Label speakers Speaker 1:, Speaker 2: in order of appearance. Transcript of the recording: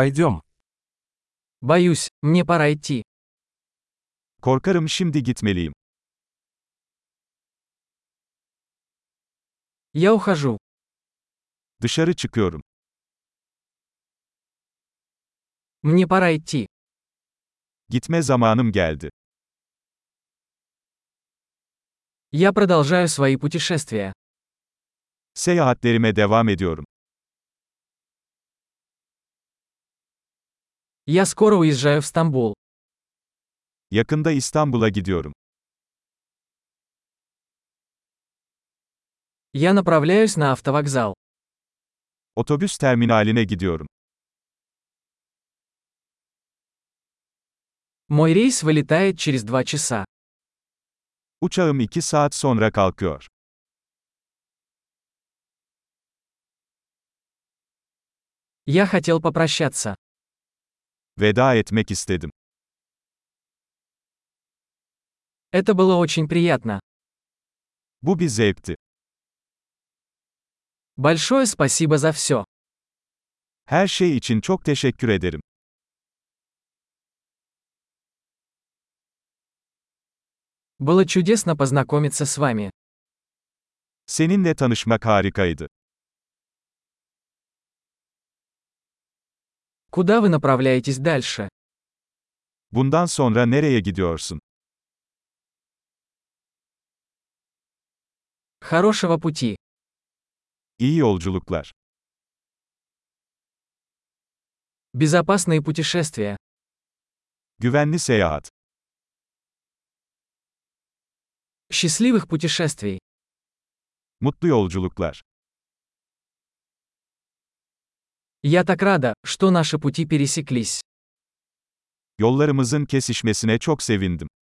Speaker 1: Пойдем.
Speaker 2: Боюсь, мне пора идти.
Speaker 3: Korkarım şimdi gitmeliyim.
Speaker 2: Я ухожу.
Speaker 3: Dışarı çıkıyorum.
Speaker 2: Мне пора идти.
Speaker 3: Gitme zamanım geldi.
Speaker 2: Я продолжаю свои путешествия.
Speaker 3: Seyahatlerime devam ediyorum.
Speaker 2: Я скоро уезжаю в Стамбул.
Speaker 3: Yakında İstanbul'a gidiyorum.
Speaker 2: Я направляюсь на автовокзал.
Speaker 3: Otobüs terminaline gidiyorum.
Speaker 2: Мой рейс вылетает через два часа.
Speaker 3: Uçağım 2 saat sonra kalkıyor.
Speaker 2: Я хотел попрощаться.
Speaker 3: Veda etmek istedim.
Speaker 2: Это было очень приятно.
Speaker 3: Bu bir zevkti.
Speaker 2: Большое спасибо за все.
Speaker 3: Her şey için çok teşekkür ederim.
Speaker 2: Было чудесно познакомиться с вами.
Speaker 3: Seninle tanışmak harikaydı.
Speaker 2: Куда вы направляетесь дальше?
Speaker 3: Bundan sonra nereye gidiyorsun?
Speaker 2: Хорошего пути.
Speaker 3: İyi yolculuklar.
Speaker 2: Безопасные путешествия.
Speaker 3: Güvenli seyahat.
Speaker 2: Счастливых путешествий.
Speaker 3: Mutlu yolculuklar.
Speaker 2: Я так рада, что наши пути пересеклись.
Speaker 3: Yollarımızın kesişmesine çok sevindim.